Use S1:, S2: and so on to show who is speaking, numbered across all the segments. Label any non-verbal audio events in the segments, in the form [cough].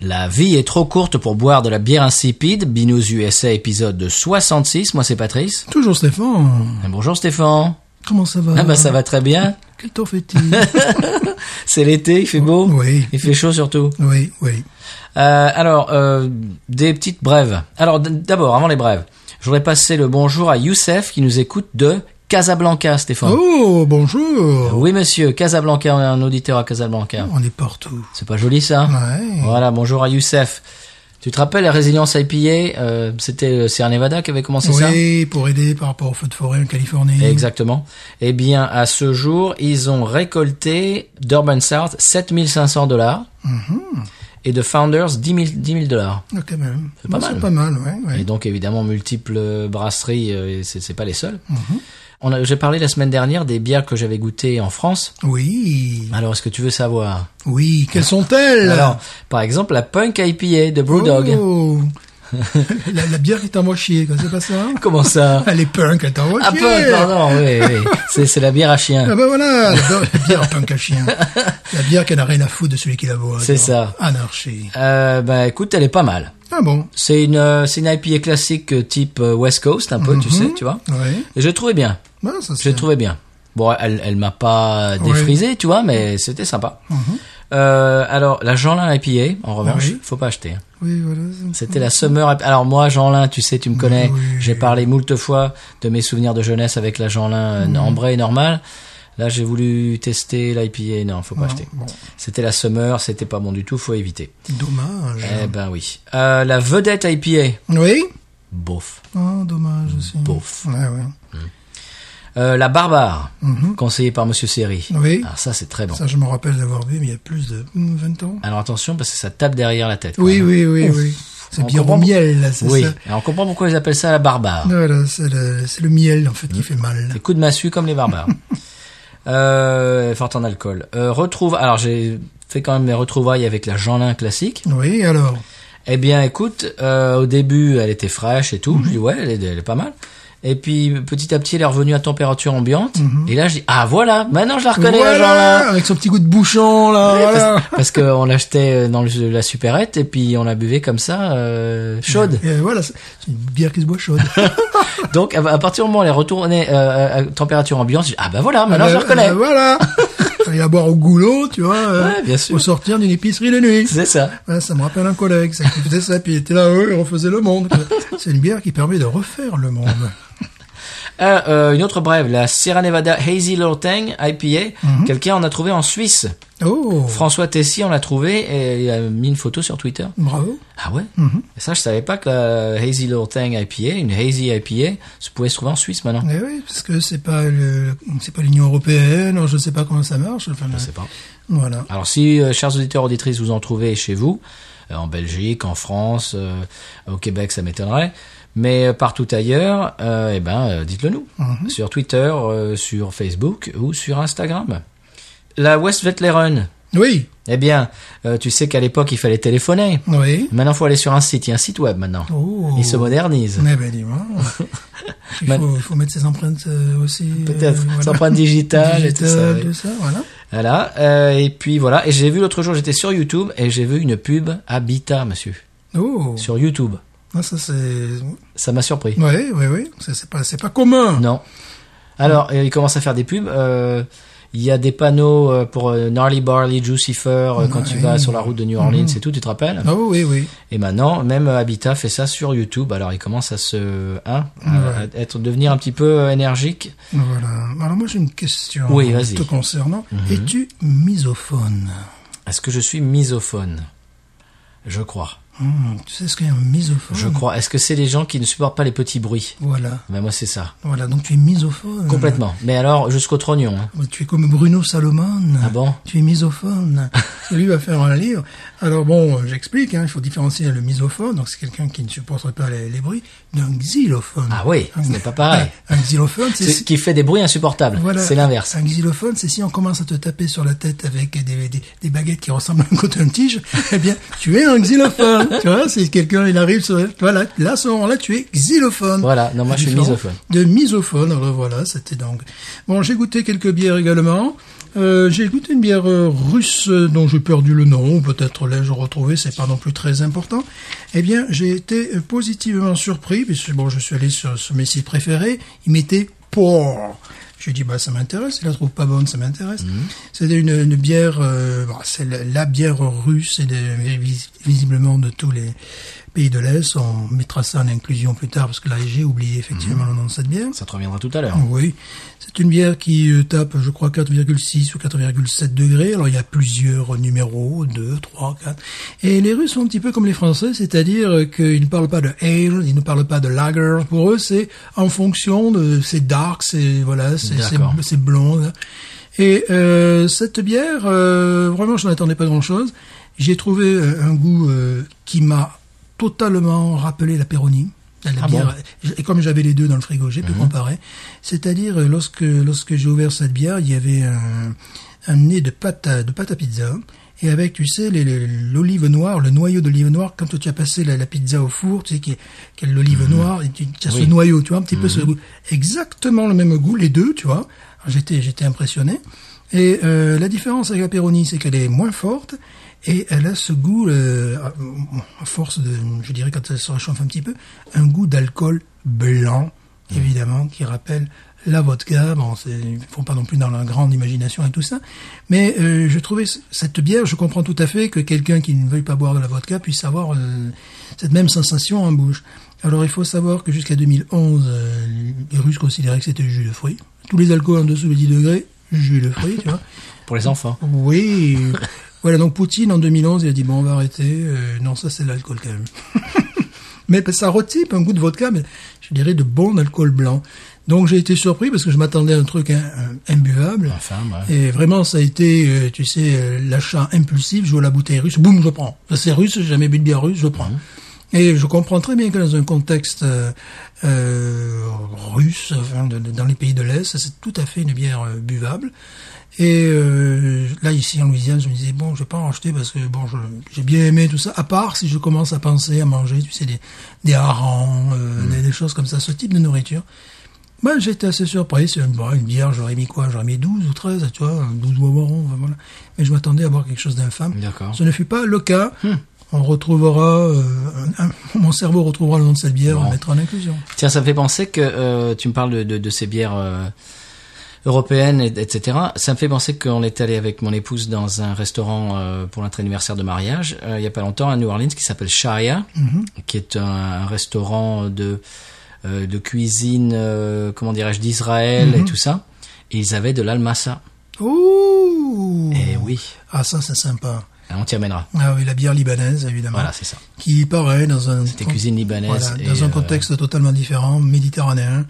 S1: La vie est trop courte pour boire de la bière insipide. Binous USA épisode 66. Moi c'est Patrice.
S2: Toujours Stéphane.
S1: Bonjour Stéphane.
S2: Comment ça va
S1: Ah bah ça va très bien.
S2: Quel
S1: [laughs]
S2: temps fait-il
S1: C'est l'été, il fait beau.
S2: Oui.
S1: Il fait chaud surtout.
S2: Oui, oui.
S1: Euh, alors, euh, des petites brèves. Alors, d- d'abord, avant les brèves, je voudrais passer le bonjour à Youssef qui nous écoute de Casablanca, Stéphane.
S2: Oh, bonjour.
S1: Oui, monsieur, Casablanca, on a un auditeur à Casablanca.
S2: On est partout.
S1: C'est pas joli, ça hein
S2: Ouais.
S1: Voilà, bonjour à Youssef. Tu te rappelles la résilience IPA euh, C'était le Sierra Nevada qui avait commencé ça
S2: Oui, pour aider par rapport au feu de forêt en Californie.
S1: Exactement. Eh bien, à ce jour, ils ont récolté d'Urban South 7500 dollars
S2: Mhm.
S1: et de Founders 10 000 10 000 dollars.
S2: Ah, quand même.
S1: C'est pas
S2: Bah,
S1: mal.
S2: C'est pas mal, ouais, ouais.
S1: Et donc évidemment multiples euh, brasseries, euh, et c'est c'est pas les seuls. On a- J'ai parlé la semaine dernière des bières que j'avais goûtées en France.
S2: Oui.
S1: Alors est-ce que tu veux savoir
S2: Oui, quelles sont-elles
S1: Alors, par exemple la Punk IPA de Brewdog.
S2: Oh. la, la bière est en chier, quoi, c'est
S1: [laughs]
S2: pas ça
S1: [laughs] Comment
S2: [laughs]
S1: ça
S2: Elle est punk, elle est en
S1: Ah
S2: chier.
S1: Punk, pardon, oui, oui. C'est c'est la bière à
S2: Ah
S1: chien.
S2: ben voilà, la bière, la bière punk
S1: [laughs]
S2: à chien. La bière qui n'a rien à foutre de celui qui la boit.
S1: C'est
S2: genre.
S1: ça.
S2: Anarchie.
S1: Euh, bah écoute, elle est pas mal.
S2: Ah bon
S1: C'est une euh, c'est une IPA classique euh, type euh, West Coast un peu, tu sais, tu vois.
S2: Oui.
S1: Et je trouvais bien.
S2: Ben, ça,
S1: Je
S2: c'est...
S1: l'ai trouvé bien. Bon, elle, elle m'a pas défrisé, tu vois, mais c'était sympa.
S2: Mhm.
S1: Euh, alors, la Jeanlin IPA, en revanche,
S2: Oui.
S1: faut pas acheter. hein.
S2: Oui, voilà. c'est-
S1: C'était la Summer IPA. Alors moi, Jeanlin, tu sais, tu me connais,
S2: Oui.
S1: j'ai parlé moult fois de mes souvenirs de jeunesse avec la Jeanlin
S2: Mhm.
S1: euh, ambrée et normale. Là, j'ai voulu tester l'IPA, non, faut pas acheter.
S2: bon.
S1: C'était la Summer, c'était pas bon du tout, faut éviter.
S2: Dommage.
S1: Eh ben oui. Euh, la Vedette IPA,
S2: Oui
S1: bof.
S2: Ah, dommage aussi.
S1: Beauf.
S2: Ouais, ouais.
S1: Euh, la Barbare, conseillée par Monsieur Seri.
S2: Mhm. Oui.
S1: Alors ça, c'est très bon.
S2: Ça, je me rappelle d'avoir vu, mais il y a plus de hmm, 20 ans.
S1: Alors attention, parce que ça tape derrière la tête. quand
S2: Oui,
S1: même.
S2: oui, oui, oui. C'est
S1: Ah. On
S2: bien au
S1: comprend-
S2: miel, là, c'est
S1: Oui,
S2: ça
S1: alors on comprend pourquoi ils appellent ça la barbare.
S2: Voilà, c'est le, c'est le miel, en fait, qui fait mal.
S1: Les coups de massue comme les
S2: [laughs]
S1: barbares. euh, fort en alcool. Euh, retrouve. Alors j'ai fait quand même mes retrouvailles avec la Jeanlin classique.
S2: Oui, alors
S1: Eh bien, écoute, euh, au début, elle était fraîche et tout. Je
S2: Mhm.
S1: dis ouais, elle est, elle est pas mal. Et puis petit à petit, elle est revenue à température ambiante. Et là, je dis ah voilà, maintenant je la reconnais la Jeanlin.
S2: Mhm. [laughs] Voilà, avec son petit goût de bouchon, là,
S1: Ouais,
S2: voilà.
S1: Parce, parce qu'on l'achetait dans le- la supérette et puis on la buvait comme ça, euh, chaude.
S2: Et voilà, c'est c'est une bière qui se
S1: [laughs]
S2: boit chaude.
S1: Donc à, à partir du moment où elle est retournée euh, à température ambiante, je dis, ah bah voilà, maintenant je
S2: Euh,
S1: la reconnais. [laughs]
S2: euh, voilà. Fallait la boire au goulot, tu vois. euh,
S1: Ouais, bien sûr.
S2: Au sortir d'une épicerie de nuit.
S1: C'est ça.
S2: Ouais, ça me rappelle un collègue, ça qui faisait ça, puis il était là-haut, il refaisait le monde. C'est une bière qui permet de refaire le monde.
S1: Euh, euh, une autre brève, la Sierra Nevada Hazy Lortang IPA. Quelqu'un en a trouvé en Suisse.
S2: Oh,
S1: François Tessier en a trouvé et il a mis une photo sur Twitter.
S2: bravo.
S1: Ah ouais Et Ça, je savais pas que la Hazy Lortang IPA, une Hazy IPA, se pouvait se trouver en Suisse maintenant.
S2: Eh oui, parce que c'est pas le, c'est pas l'Union européenne, je ne sais pas comment ça marche. Enfin,
S1: Je sais pas.
S2: Voilà.
S1: Alors si, euh, chers auditeurs, auditrices, vous en trouvez chez vous, euh, en Belgique, en France, euh, au Québec, ça m'étonnerait, mais euh, partout ailleurs, euh, eh ben, euh, dites-le nous.
S2: Mhm.
S1: Sur Twitter, euh, sur Facebook ou sur Instagram. La Westvetleren,
S2: Oui,
S1: eh bien, euh, tu sais qu'à l'époque, il fallait téléphoner.
S2: oui.
S1: Maintenant, faut aller sur un site. Il y a un site web maintenant.
S2: Oh.
S1: Il se modernise.
S2: Eh ben, dis-moi. Il
S1: Man-
S2: faut, faut mettre ses empreintes euh, aussi. euh,
S1: Peut-être.
S2: voilà.
S1: Sans prendre digital et tout ça.
S2: Digitales,
S1: oui.
S2: tout ça, voilà.
S1: Voilà. euh, et puis voilà. Et j'ai vu l'autre jour, j'étais sur YouTube et j'ai vu une pub Habitat, monsieur.
S2: Oh,
S1: Sur YouTube.
S2: Ah, ça c'est
S1: Ça m'a surpris.
S2: Oui, oui, oui. Ça, C'est pas, c'est pas commun.
S1: Non. Alors, euh, ils commencent à faire des pubs. euh, Il y a des panneaux euh, pour euh, Gnarly Barley, Jucifer, euh, quand tu vas sur la route de New Orleans et tout, tu te rappelles
S2: Ah oui, oui.
S1: Et maintenant, même euh, Habitat fait ça sur YouTube. Alors, ils commencent à se... Hein, à être, devenir un petit peu euh, énergique.
S2: Voilà. Alors moi j'ai une question
S1: Oui, vas-y. Mhm.
S2: te concernant. Es-tu misophone
S1: Est-ce que je suis misophone Je crois.
S2: Hum, tu sais ce qu'est un misophone
S1: Je crois. Est-ce que c'est les gens qui ne supportent pas les petits bruits
S2: Voilà.
S1: Ben moi c'est ça.
S2: Voilà, donc tu es misophone.
S1: Complètement. Mais alors jusqu'au trognon. hein.
S2: Euh, Tu es comme Bruno Salomon.
S1: Ah bon
S2: Tu es
S1: [laughs]
S2: misophone. Et lui va faire un livre. Alors bon, euh, j'explique, hein, il faut différencier le misophone, donc c'est quelqu'un qui ne supporte pas les, les bruits, d'un xylophone.
S1: Ah oui,
S2: Un-
S1: ce n'est pas pareil.
S2: [laughs] Un xylophone, c'est...
S1: C'est- Qui fait des bruits insupportables.
S2: Voilà.
S1: C'est l'inverse.
S2: Un xylophone, c'est si on commence à te taper sur la tête avec des, des, des baguettes qui ressemblent à un coton-tige, [laughs] eh bien, tu es
S1: [laughs]
S2: un xylophone. tu vois, si quelqu'un, il arrive sur, voilà, là, à ce moment-là, tu es xylophone.
S1: Voilà. Non, moi, je suis
S2: Différent
S1: misophone.
S2: De misophone, alors voilà, c'était donc. Bon, j'ai goûté quelques bières également. Euh, j'ai goûté une bière euh, russe euh, dont j'ai perdu le nom, peut-être l'ai-je retrouvé, c'est pas non plus très important. Eh bien, j'ai été euh, positivement surpris, puisque bon, je suis allé sur, sur mes sites préférés, ils mettaient pour. J'ai dit, bah, ça m'intéresse, je la trouve pas bonne, ça m'intéresse. C'était une, une bière, euh, bon, c'est la, la bière russe, et de, vis- visiblement de tous les pays de l'Est. On mettra ça en inclusion plus tard, parce que là, j'ai oublié effectivement le nom de cette bière.
S1: Ça te reviendra tout à l'heure.
S2: Oui, c'est une bière qui euh, tape, je crois, 4,6 ou 4,7 degrés. Alors, il y a plusieurs numéros, 2, 3, 4. Et les Russes sont un petit peu comme les Français, c'est-à-dire euh, qu'ils ne parlent pas de ale, ils ne parlent pas de lager. Pour eux, c'est en fonction de... C'est dark, c'est... Voilà, c'est c'est-
S1: D'accord.
S2: c'est blond. là. Et euh, cette bière, euh, vraiment, je n'en attendais pas grand-chose. J'ai trouvé euh, un goût euh, qui m'a totalement rappelé la Péroni. La
S1: Ah
S2: bière,
S1: bon
S2: et comme j'avais les deux dans le frigo, j'ai pu comparer. C'est-à-dire, euh, lorsque, lorsque j'ai ouvert cette bière, il y avait un, un nez de pâte à, de pâte à pizza. Et avec, tu sais, les- les- l'olive noire, le noyau d'olive noire, quand tu as passé la, la pizza au four, tu sais, qui est, qui est l'olive noire, et tu, tu as ce
S1: Oui.
S2: noyau, tu vois, un petit peu ce goût. Exactement le même goût, les deux, tu vois. Alors, J'étais, j'étais impressionné. Et euh, la différence avec la Peroni, c'est qu'elle est moins forte et elle a ce goût, euh, à force de, je dirais quand elle se réchauffe un petit peu, un goût d'alcool blanc, évidemment, qui rappelle la vodka. Bon, c'est- ils font pas non plus dans la grande imagination et tout ça, mais euh, je trouvais c- cette bière, je comprends tout à fait que quelqu'un qui ne veuille pas boire de la vodka puisse avoir euh, cette même sensation en bouche. Alors il faut savoir que jusqu'à 2011, euh, les Russes considéraient que c'était du jus de fruits. Tous les alcools en dessous de 10 degrés, jus de fruits, tu vois.
S1: Pour les enfants.
S2: Oui. [laughs] voilà, donc Poutine en 2011, il a dit bon, on va arrêter. Euh, non, ça c'est de l'alcool quand même. [laughs] mais ça retype un goût de vodka, mais je dirais de bon alcool blanc. Donc j'ai été surpris parce que je m'attendais à un truc hein, euh, imbuvable.
S1: Enfin, ouais.
S2: Et vraiment, ça a été, euh, tu sais, euh, l'achat impulsif. Je vois la bouteille russe, boum, je prends. Ça, C'est russe, j'ai jamais bu de bière russe, je prends. Et je comprends très bien que dans un contexte euh, euh, russe, enfin, de- de- dans les pays de l'Est, c'est tout à fait une bière euh, buvable. Et euh, là, ici en Louisiane, je me disais bon, je vais pas en acheter parce que bon, je- j'ai bien aimé tout ça. À part si je commence à penser à manger, tu sais, des, des harengs, euh, des, des choses comme ça, ce type de nourriture. Moi, Ben, j'étais assez surpris. C'est une, bon, une bière, j'aurais mis quoi J'aurais mis 12 ou 13, tu vois, 12 boiron, voilà. Mais je m'attendais à boire quelque chose d'infâme.
S1: D'accord. Hmm.
S2: Ce ne fut pas le cas. On retrouvera, euh, un- [laughs] un- mon cerveau retrouvera le nom de cette bière,
S1: Bon.
S2: on mettra en inclusion.
S1: Tiens, ça me fait penser que euh, tu me parles de, de, de ces bières euh, européennes, et- etc. Ça me fait penser qu'on est allé avec mon épouse dans un restaurant euh, pour notre anniversaire de mariage, euh, il y a pas longtemps, à New Orleans, qui s'appelle Sharia,
S2: Mhm.
S1: qui est un, un restaurant de, euh, de cuisine, euh, comment dirais-je, d'Israël
S2: Mhm.
S1: et tout ça. Et ils avaient de l'almassa.
S2: Ouh
S1: Eh oui,
S2: Ah, ça, c'est sympa.
S1: on t'y amènera.
S2: Ah oui, la bière libanaise, évidemment.
S1: Voilà, c'est ça.
S2: Qui paraît dans un...
S1: C'était cuisine libanaise.
S2: Voilà,
S1: et,
S2: dans un
S1: euh,
S2: contexte totalement différent, méditerranéen.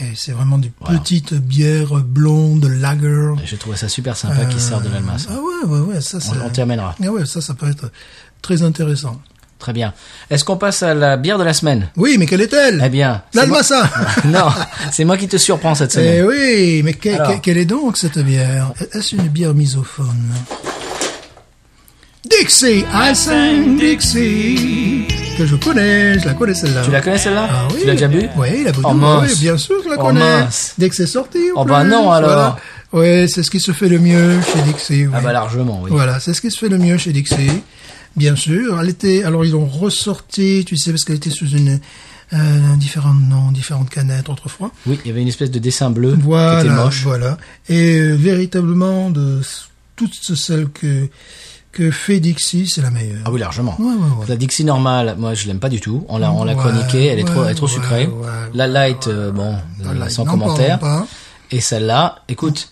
S2: Et c'est vraiment des
S1: Voilà.
S2: petites bières blondes, lager.
S1: j'ai trouvé ça super sympa qu'ils sortent de l'almassa.
S2: Ah ouais, ouais, ouais, ça,
S1: On, on t'y
S2: c'est...
S1: amènera.
S2: Ah ouais, ça, ça peut être très intéressant.
S1: Très bien. Est-ce qu'on passe à la bière de la semaine
S2: Oui, mais quelle est-elle
S1: Eh bien, c'est moi- [laughs]
S2: L'Almassa
S1: non, c'est moi qui te surprends cette
S2: [laughs] Eh
S1: semaine.
S2: oui, mais que- que-
S1: Alors.
S2: quelle est donc cette bière Est-ce une bière misophone Dixie, I sing Dixie, que je connais, je la connais celle-là.
S1: Tu la connais celle-là
S2: Ah oui.
S1: Tu l'as déjà bu
S2: Oui, la bouteille.
S1: Oh mince.
S2: oui, bien sûr que je la
S1: Oh
S2: connais.
S1: mince.
S2: Dès que c'est sorti. en
S1: Oh bah
S2: plus,
S1: non, alors.
S2: Voilà. Oui, c'est ce qui se fait le mieux chez Dixie. oui.
S1: Ah bah largement, oui.
S2: Voilà, c'est ce qui se fait le mieux chez Dixie. Bien sûr, elle était, alors ils l'ont ressorti, tu sais, parce qu'elle était sous une, euh, différents noms, différentes canettes autrefois.
S1: Oui, il y avait une espèce de dessin bleu qui était
S2: Voilà,
S1: moche.
S2: voilà. Et euh, véritablement, de s- toutes celles que, que fait Dixie, c'est la meilleure.
S1: Ah oui, largement.
S2: Ouais, ouais, ouais.
S1: La Dixie normale, moi je l'aime pas du tout. On l'a, on l'a
S2: Ouais,
S1: chroniquée, elle est trop, elle est trop
S2: ouais,
S1: sucrée.
S2: ouais,
S1: la
S2: ouais,
S1: light,
S2: ouais,
S1: euh, bon,
S2: ouais.
S1: euh,
S2: La light,
S1: sans
S2: n'en parlons
S1: commentaire.
S2: pas.
S1: Et celle-là, écoute,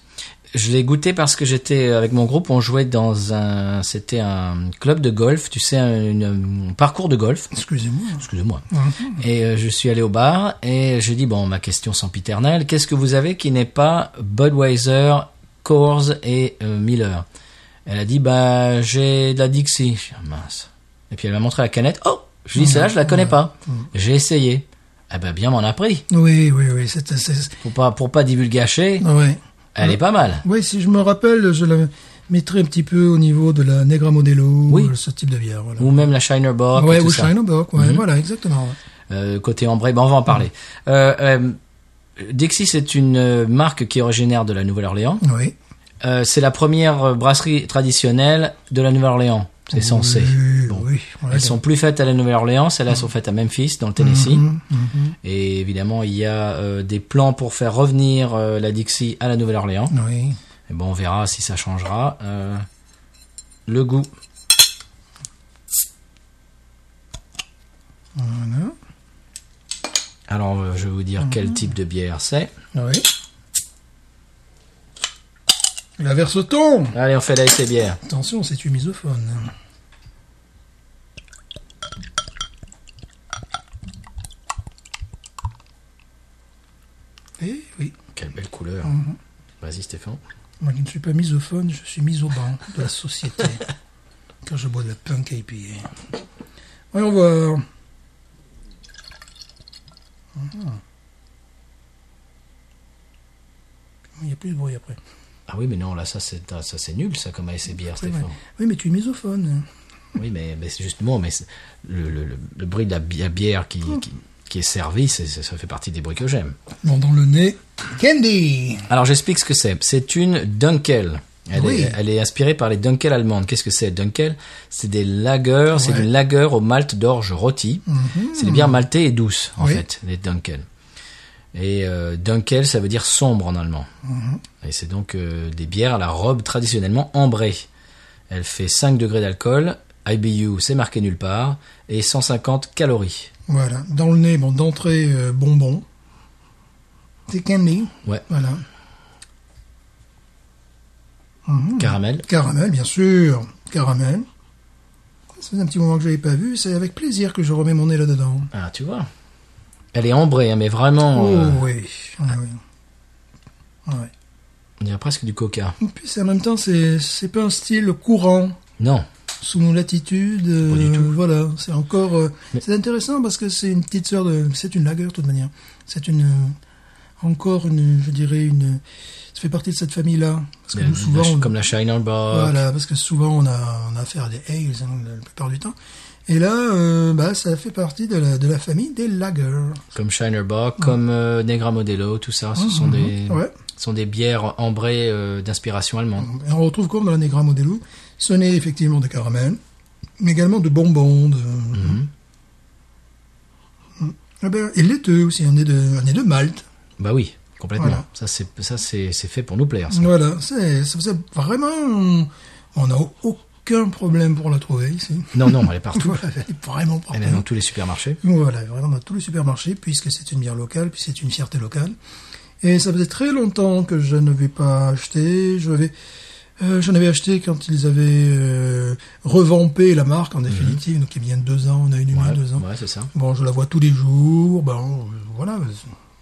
S1: Je l'ai goûté parce que j'étais avec mon groupe, on jouait dans un, c'était un club de golf, tu sais, un, une- un parcours de golf.
S2: Excusez-moi.
S1: Excusez-moi. Et euh, je suis allé au bar et j'ai dit bon, ma question sempiternelle, qu'est-ce que vous avez qui n'est pas Budweiser, Coors et euh, Miller Elle a dit bah j'ai de la Dixie. Je dis, Ah, mince. Et puis elle m'a montré la canette. Oh, je dis celle-là je la connais pas. J'ai essayé. Eh ben bien m'en a pris.
S2: Oui, oui, oui. C'était, c'est-
S1: Pour pas pour pas divulgacher,
S2: ouais.
S1: elle est pas mal.
S2: Oui, si je me rappelle, je la mettrais un petit peu au niveau de la Negra Modelo,
S1: Oui.
S2: euh, ce type de bière. Voilà.
S1: Ou même la Shiner Bock. et
S2: ouais,
S1: tout
S2: ou
S1: ça. Mhm.
S2: Shineobock, ouais, voilà, exactement. ouais.
S1: Euh, côté ambré, ben on va en parler. Euh, euh, Dixie, c'est une euh, marque qui est originaire de la Nouvelle-Orléans.
S2: Oui.
S1: Euh, c'est la première euh, brasserie traditionnelle de la Nouvelle-Orléans. C'est censé.
S2: Oui,
S1: Bon.
S2: oui. on l'a
S1: Elles
S2: dit.
S1: sont plus faites à la Nouvelle-Orléans, celles-là sont faites à Memphis, dans le Tennessee.
S2: Mhm, mhm.
S1: Et évidemment, il y a euh, des plans pour faire revenir euh, la Dixie à la Nouvelle-Orléans.
S2: mhm. Oui.
S1: Et bon, on verra si ça changera. Euh, le goût.
S2: Voilà.
S1: Alors, euh, je vais vous dire quel type de bière c'est.
S2: Oui. La versoton
S1: Allez, on fait la essai bière.
S2: Attention, c'est une misophone. Eh oui,
S1: Quelle belle couleur. Vas-y, Stéphane.
S2: moi qui ne suis pas misophone, je suis misoban de la société. Car je bois de la punk IPA. Voyons voir. Mhm. Il n'y a plus de bruit après.
S1: Ah oui, mais non, là, ça, c'est ça, c'est nul, ça, comme à essai bière, Stéphane.
S2: Oui, mais tu es misophone.
S1: Oui, mais, mais c'est justement, mais c'est- le, le, le- le bruit de la bi- la bière qui, qui, qui est servie, c'est- c'est- ça fait partie des bruits que j'aime.
S2: Bon, dans le nez. Candy
S1: Alors j'explique ce que c'est. C'est une Dunkel. Elle,
S2: Oui.
S1: est, elle est inspirée par les Dunkel allemandes. Qu'est-ce que c'est Dunkel C'est des lagers, c'est une lager au malt d'orge rôti. C'est des bières maltées et douces, en
S2: Mhm. Oui.
S1: fait, les Dunkel. Et euh, Dunkel, ça veut dire sombre en allemand.
S2: Mhm.
S1: Et c'est donc euh, des bières à la robe traditionnellement ambrée. Elle fait 5 degrés d'alcool, IBU, c'est marqué nulle part, et 150 calories.
S2: Voilà, dans le nez, bon, d'entrée, euh, bonbon. C'est candy.
S1: Ouais,
S2: Voilà. Hmm.
S1: caramel.
S2: Caramel, bien sûr. Caramel. C'est un petit moment que je l'avais pas vu. C'est avec plaisir que je remets mon nez là-dedans.
S1: Ah, tu vois. Elle est ambrée, hein, mais vraiment,
S2: Oh,
S1: euh,
S2: oui. Oui, oui. Ouais.
S1: on dirait presque du coca.
S2: Et puis, c'est- en même temps, c'est c'est pas un style courant
S1: Non.
S2: sous nos latitudes.
S1: Pas du
S2: euh,
S1: tout.
S2: Voilà, c'est encore. euh,
S1: Mais-
S2: C'est intéressant parce que c'est une petite sœur de. C'est une lagueur de toute manière. C'est une. euh, Encore une. Je dirais une. Ça fait partie de cette famille-là. Parce que
S1: La-
S2: nous, souvent.
S1: la-
S2: on-
S1: Comme la Shiner Bar.
S2: Voilà, parce que souvent on a, on a affaire à des ales hein, la plupart du temps. Et là, euh, bah, ça fait partie de la, de la famille des lagers.
S1: Comme Shiner Bar, comme euh, Negra Modelo, tout ça, ce sont des,
S2: Hein, Ouais.
S1: ce sont des bières ambrées euh, d'inspiration allemande.
S2: Et on retrouve comme dans la Negra Modelo, ce n'est effectivement de caramel, mais également de bonbons. De...
S1: Mhm.
S2: Mm. Ah ben, et laiteux aussi, on est de, on est de Malte.
S1: Bah oui, complètement.
S2: Voilà.
S1: Ça, c'est, ça, c'est, c'est fait pour nous plaire. ça.
S2: Voilà, c'est ça faisait vraiment... On n'a au- aucun problème pour la trouver ici. [laughs]
S1: Non, non, elle est partout.
S2: Voilà, elle est vraiment
S1: Elle
S2: problème.
S1: est dans tous les supermarchés.
S2: Voilà, vraiment dans tous les supermarchés, puisque c'est une bière locale, puis c'est une fierté locale. Et ça faisait très longtemps que je ne vais pas acheter. Je vais, euh, j'en avais acheté quand ils avaient euh, revampé la marque en définitive, donc il y a bien deux ans, on a une humaine
S1: Mhm. Ouais,
S2: deux ans.
S1: ouais, c'est ça.
S2: Bon, je la vois tous les jours. Ben euh, voilà,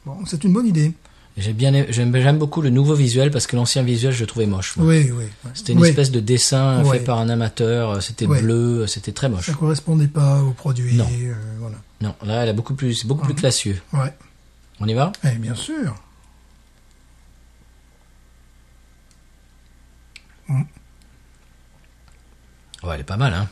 S2: bon, c'est une bonne idée.
S1: J'ai bien, aimé- j'aime, j'aime beaucoup le nouveau visuel parce que l'ancien visuel, je le trouvais moche. moi.
S2: Oui, oui. ouais.
S1: C'était une
S2: Oui,
S1: espèce de dessin
S2: Ouais.
S1: fait par un amateur. euh, C'était
S2: Ouais.
S1: bleu, euh, c'était très moche.
S2: Ça correspondait pas au produit.
S1: Non.
S2: euh, voilà.
S1: Non, là, elle a beaucoup plus, c'est beaucoup plus classieux.
S2: Ouais.
S1: On y va
S2: Eh bien sûr.
S1: Ouais, elle est pas mal, hein.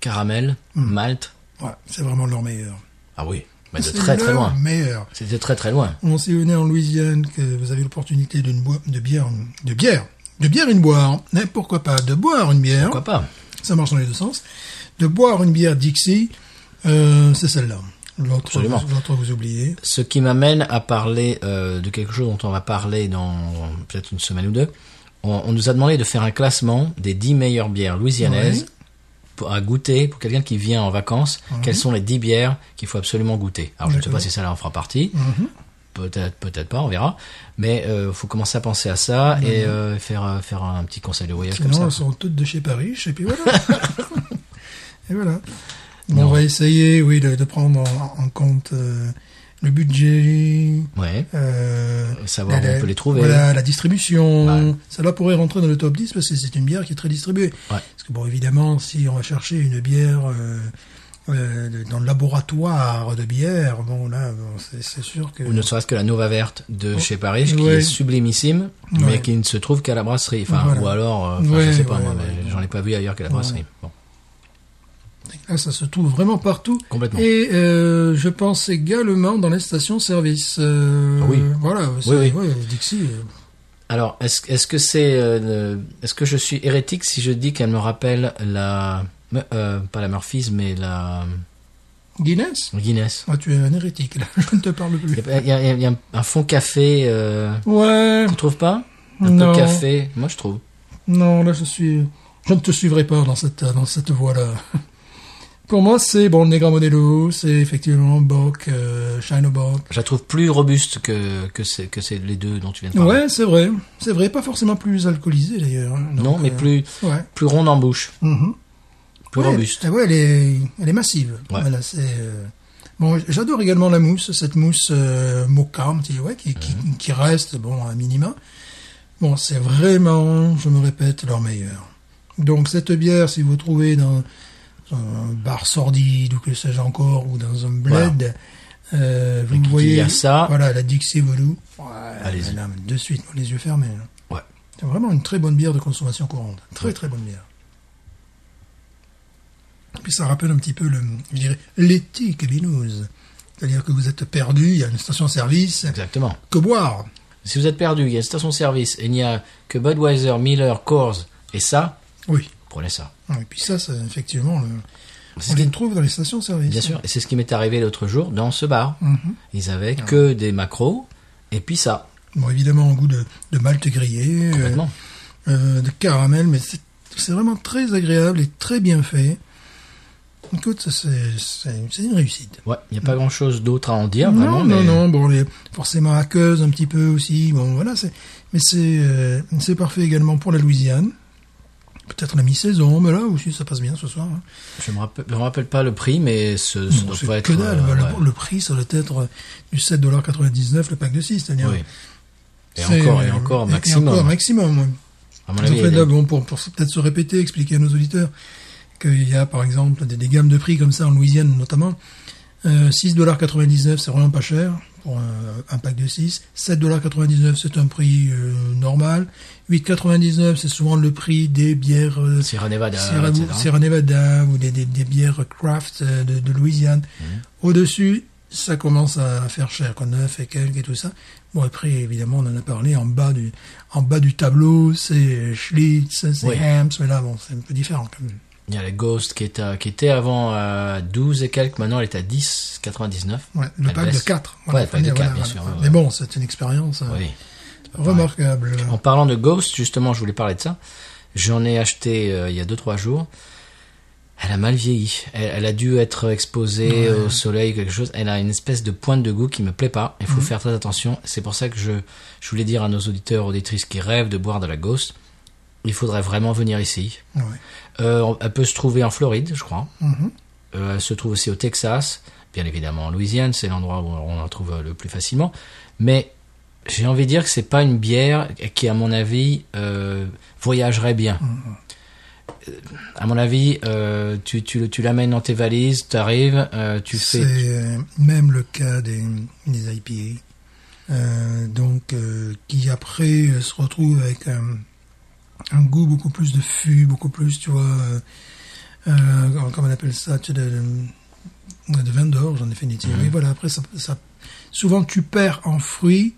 S1: Caramel, malt.
S2: Ouais, c'est vraiment leur meilleur.
S1: Ah oui, mais de
S2: C'est
S1: très très
S2: leur
S1: loin.
S2: Meilleur.
S1: C'était très très loin.
S2: On sait en Louisiane que vous avez l'opportunité d'une boi- de bière, de bière, de bière une boire, mais pourquoi pas de boire une bière,
S1: Pourquoi pas
S2: ça marche dans les deux sens, de boire une bière Dixie, euh, c'est celle-là. L'autre,
S1: Absolument.
S2: vous- l'autre vous oubliez.
S1: Ce qui m'amène à parler euh, de quelque chose dont on va parler dans peut-être une semaine ou deux. On, on nous a demandé de faire un classement des 10 meilleures bières louisianaises
S2: Oui. Mhm.
S1: pour, à goûter pour quelqu'un qui vient
S2: Mhm.
S1: en vacances. Quelles sont les 10 bières qu'il faut absolument goûter Alors je ne sais pas si ça là en fera partie. peut-être peut-être pas on verra mais euh, faut commencer à penser à ça
S2: Mhm.
S1: et euh, faire euh, faire un petit conseil de voyage
S2: Sinon,
S1: comme
S2: elles
S1: ça
S2: sont toutes de chez Paris, et puis voilà.
S1: [laughs]
S2: et voilà. Bon,
S1: Non.
S2: on va essayer, oui, de, de prendre en, en compte euh, le budget,
S1: ouais
S2: euh,
S1: Savoir où on peut les trouver.
S2: Voilà, la distribution.
S1: Ouais.
S2: Ça là pourrait rentrer dans le top 10 parce que c'est une bière qui est très distribuée.
S1: Ouais.
S2: Parce que bon, évidemment, si on va chercher une bière euh, euh, de- dans le laboratoire de bière, bon là, bon, c'est c'est sûr que
S1: ou ne serait-ce que la Nova Verte de chez Paris qui
S2: Oh. Ouais.
S1: est sublimissime
S2: Ouais.
S1: mais qui ne se trouve qu'à la brasserie enfin
S2: Voilà.
S1: ou alors euh, enfin,
S2: Ouais,
S1: je sais pas
S2: ouais,
S1: moi
S2: ouais,
S1: mais j'en ai pas vu ailleurs qu'à la brasserie bon
S2: là, ça se trouve vraiment partout.
S1: Complètement.
S2: Et euh, je pense également dans les stations-service. Euh,
S1: Ah oui.
S2: Voilà. c'est-
S1: oui.
S2: ouais, Dixie. euh,
S1: alors est-ce est-ce que c'est euh, le- est-ce que je suis hérétique si je dis qu'elle me rappelle la me- euh, pas la Murphy's mais la
S2: Guinness.
S1: Guinness
S2: Ah, tu es un hérétique là. [laughs] Je ne te parle plus.
S1: il y a, il y a- il y a un- un fond café euh,
S2: Ouais.
S1: tu trouves pas un
S2: Non.
S1: peu café moi je trouve
S2: Non, là, je suis. Je ne te suivrai pas dans cette, dans cette voie-là. [laughs] Pour moi, c'est bon, le Negra Modelo, c'est effectivement Bock, euh, Shino Bock.
S1: je la trouve plus robuste que que c'est que c'est les deux dont tu viens de parler
S2: Ouais, c'est vrai. C'est vrai, pas forcément plus alcoolisé d'ailleurs. hein.
S1: non
S2: Donc,
S1: mais
S2: euh,
S1: plus
S2: Ouais.
S1: plus ronde en bouche
S2: Mhm.
S1: plus
S2: Ouais,
S1: robuste
S2: ah ouais, elle est, elle est massive.
S1: Ouais.
S2: Voilà, c'est. euh, Bon, j'adore également la mousse, cette mousse euh, mocha, un petit- ouais, qui, qui,
S1: Mhm.
S2: qui reste bon à minima. Bon, c'est vraiment, je me répète, leur meilleur. Donc cette bière, si vous trouvez dans un bar sordide ou que sais-je encore, ou dans un bled, euh, vous
S1: qui
S2: voyez,
S1: dit à ça.
S2: voilà, la Dixie Voodoo. Ouais,
S1: Allez-y.
S2: madame, de suite, les yeux fermés. hein.
S1: ouais
S2: C'est vraiment une très bonne bière de consommation courante. Très très bonne bière. Puis ça rappelle un petit peu le, je dirais, l'éthique binouse. C'est-à-dire que vous êtes perdu, il y a une station-service,
S1: exactement
S2: que boire
S1: Si vous êtes perdu, il y a une station-service et il n'y a que Budweiser, Miller, Coors et ça,
S2: Oui. Ah,
S1: prenez ça.
S2: Et puis ça, c'est effectivement, le-
S1: C'est
S2: on
S1: ce qui-
S2: les trouve dans les stations-service. Mm-hmm.
S1: bien sûr, et c'est ce qui m'est arrivé l'autre jour dans ce bar.
S2: Mhm.
S1: Ils avaient
S2: Ah.
S1: que des macros et puis ça.
S2: Bon, évidemment, au goût de, de malt grillé, euh,
S1: Complètement.
S2: euh, de caramel, mais c'est c'est vraiment très agréable et très bien fait. Écoute, ça, c'est c'est- c'est une réussite.
S1: Ouais, il n'y a pas grand-chose d'autre à en dire,
S2: Mhm. non,
S1: vraiment.
S2: non,
S1: mais
S2: non, bon, les, forcément aqueuse un petit peu aussi, bon, voilà, c'est, mais c'est, euh, c'est parfait également pour la Louisiane. Peut-être la mi-saison, mais là aussi ça passe bien ce soir. hein.
S1: Je ne me, rappelle- je me rappelle pas le prix, mais ce, ça
S2: Bon,
S1: doit
S2: c'est
S1: pas être...
S2: que dalle,
S1: euh,
S2: voilà,
S1: ouais.
S2: pour le prix ça doit être euh, du 7,99$ le pack de 6, c'est-à-dire.
S1: Oui. Et
S2: c'est,
S1: encore, et
S2: euh,
S1: encore, maximum.
S2: encore maximum, ouais.
S1: À mon
S2: Ils ont
S1: avis,
S2: fait
S1: elle
S2: là,
S1: est-
S2: bon, pour, pour peut-être se répéter, expliquer à nos auditeurs qu'il y a par exemple des, des gammes de prix comme ça en Louisiane notamment. Euh, 6,99$, c'est vraiment pas cher pour un, un pack de 6. 7,99$, c'est un prix euh, normal. 8,99$, c'est souvent le prix des bières euh,
S1: Sierra Nevada,
S2: Sierra,
S1: etc.
S2: Sierra Nevada ou des, des, des bières craft euh, de, de Louisiane.
S1: Mm.
S2: Au-dessus, ça commence à faire cher, quoi, neuf et quelques et tout ça. Bon, après, évidemment, on en a parlé en bas du, en bas du tableau, c'est euh, Schlitz, c'est
S1: Oui.
S2: Hams, mais là, bon, c'est un peu différent quand même.
S1: Il y a la Ghost qui, est à- qui était avant à 12 et quelques, maintenant elle est à 10,99.
S2: Ouais, le
S1: Elle
S2: pack de
S1: baisse.
S2: 4.
S1: Ah, Ouais, le pack de quatre, bien sûr, ouais,
S2: Mais
S1: ouais.
S2: bon, c'est une expérience euh,
S1: Oui.
S2: remarquable.
S1: En parlant de Ghost, justement, je voulais parler de ça. J'en ai acheté euh, il y a 2-3 jours. Elle a mal vieilli. Elle, elle a dû être exposée au soleil, quelque chose. Elle a une espèce de pointe de goût qui me plaît pas. Il faut faire très attention. C'est pour ça que je, je voulais dire à nos auditeurs, auditrices qui rêvent de boire de la Ghost, il faudrait vraiment venir ici.
S2: Ouais.
S1: Euh, elle peut se trouver en Floride, je crois.
S2: Mhm.
S1: Euh, elle se trouve aussi au Texas, bien évidemment en Louisiane, c'est l'endroit où on en trouve euh, le plus facilement. Mais j'ai envie de dire que c'est pas une bière qui, à mon avis, euh, voyagerait bien.
S2: Mhm.
S1: Euh, À mon avis, euh, tu, tu, le- tu l'amènes dans tes valises, t'arrives, euh, tu
S2: C'est
S1: fais.
S2: euh, même le cas des, des IPA. Euh, donc, euh, qui après euh, se retrouve avec euh, un goût beaucoup plus de fût, beaucoup plus, tu vois, euh, euh, comment- comment on appelle ça, tu sais, de, de, de vin d'orge en définitive.
S1: Mhm.
S2: Oui, voilà, après, ça, ça, souvent tu perds en fruits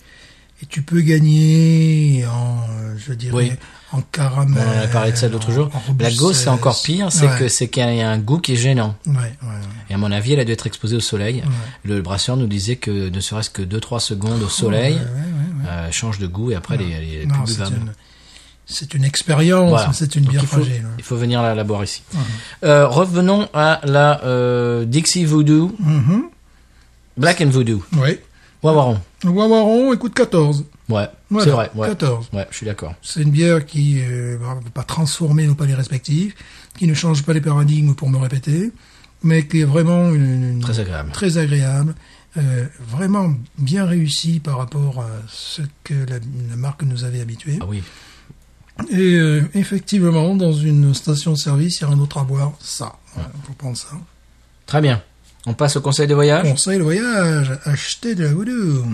S2: et tu peux gagner en, euh, je dirais,
S1: Oui.
S2: en caramel.
S1: On en a parlé de ça l'autre
S2: en-
S1: jour.
S2: en
S1: La gauche, c'est encore pire, c'est
S2: Ouais.
S1: que c'est qu'il y a un goût qui est gênant.
S2: Ouais, ouais, ouais.
S1: Et à mon avis, elle a dû être exposée au soleil.
S2: Mhm.
S1: Le brasseur nous disait que ne serait-ce que 2-3 secondes au soleil,
S2: Ouais, ouais, ouais, ouais.
S1: euh, change de goût et après, elle est- elle est
S2: Non,
S1: plus
S2: c'est
S1: buvable.
S2: une, c'est une expérience,
S1: Voilà.
S2: c'est une
S1: Donc,
S2: bière
S1: il faut,
S2: fragile. hein.
S1: il faut venir la, la boire ici. Euh, revenons à la euh, Dixie Voodoo,
S2: Mhm.
S1: Black and Voodoo.
S2: Oui.
S1: Wawaron.
S2: Le Wawaron, il coûte 14.
S1: Ouais,
S2: Voilà,
S1: c'est vrai. Ouais.
S2: 14.
S1: Ouais, je suis d'accord.
S2: C'est une bière qui euh, bah, va pas transformer nos palais respectifs, qui ne change pas les paradigmes pour me répéter, mais qui est vraiment une, une-
S1: Très agréable.
S2: très agréable, euh, vraiment bien réussie par rapport à ce que la, la marque nous avait habitué.
S1: Ah oui.
S2: Et euh, effectivement, dans une station-service, il y a un autre à boire, ça. Voilà, faut prendre ça.
S1: Très bien. On passe au conseil de voyage.
S2: Conseil de voyage, acheter de la voodoo.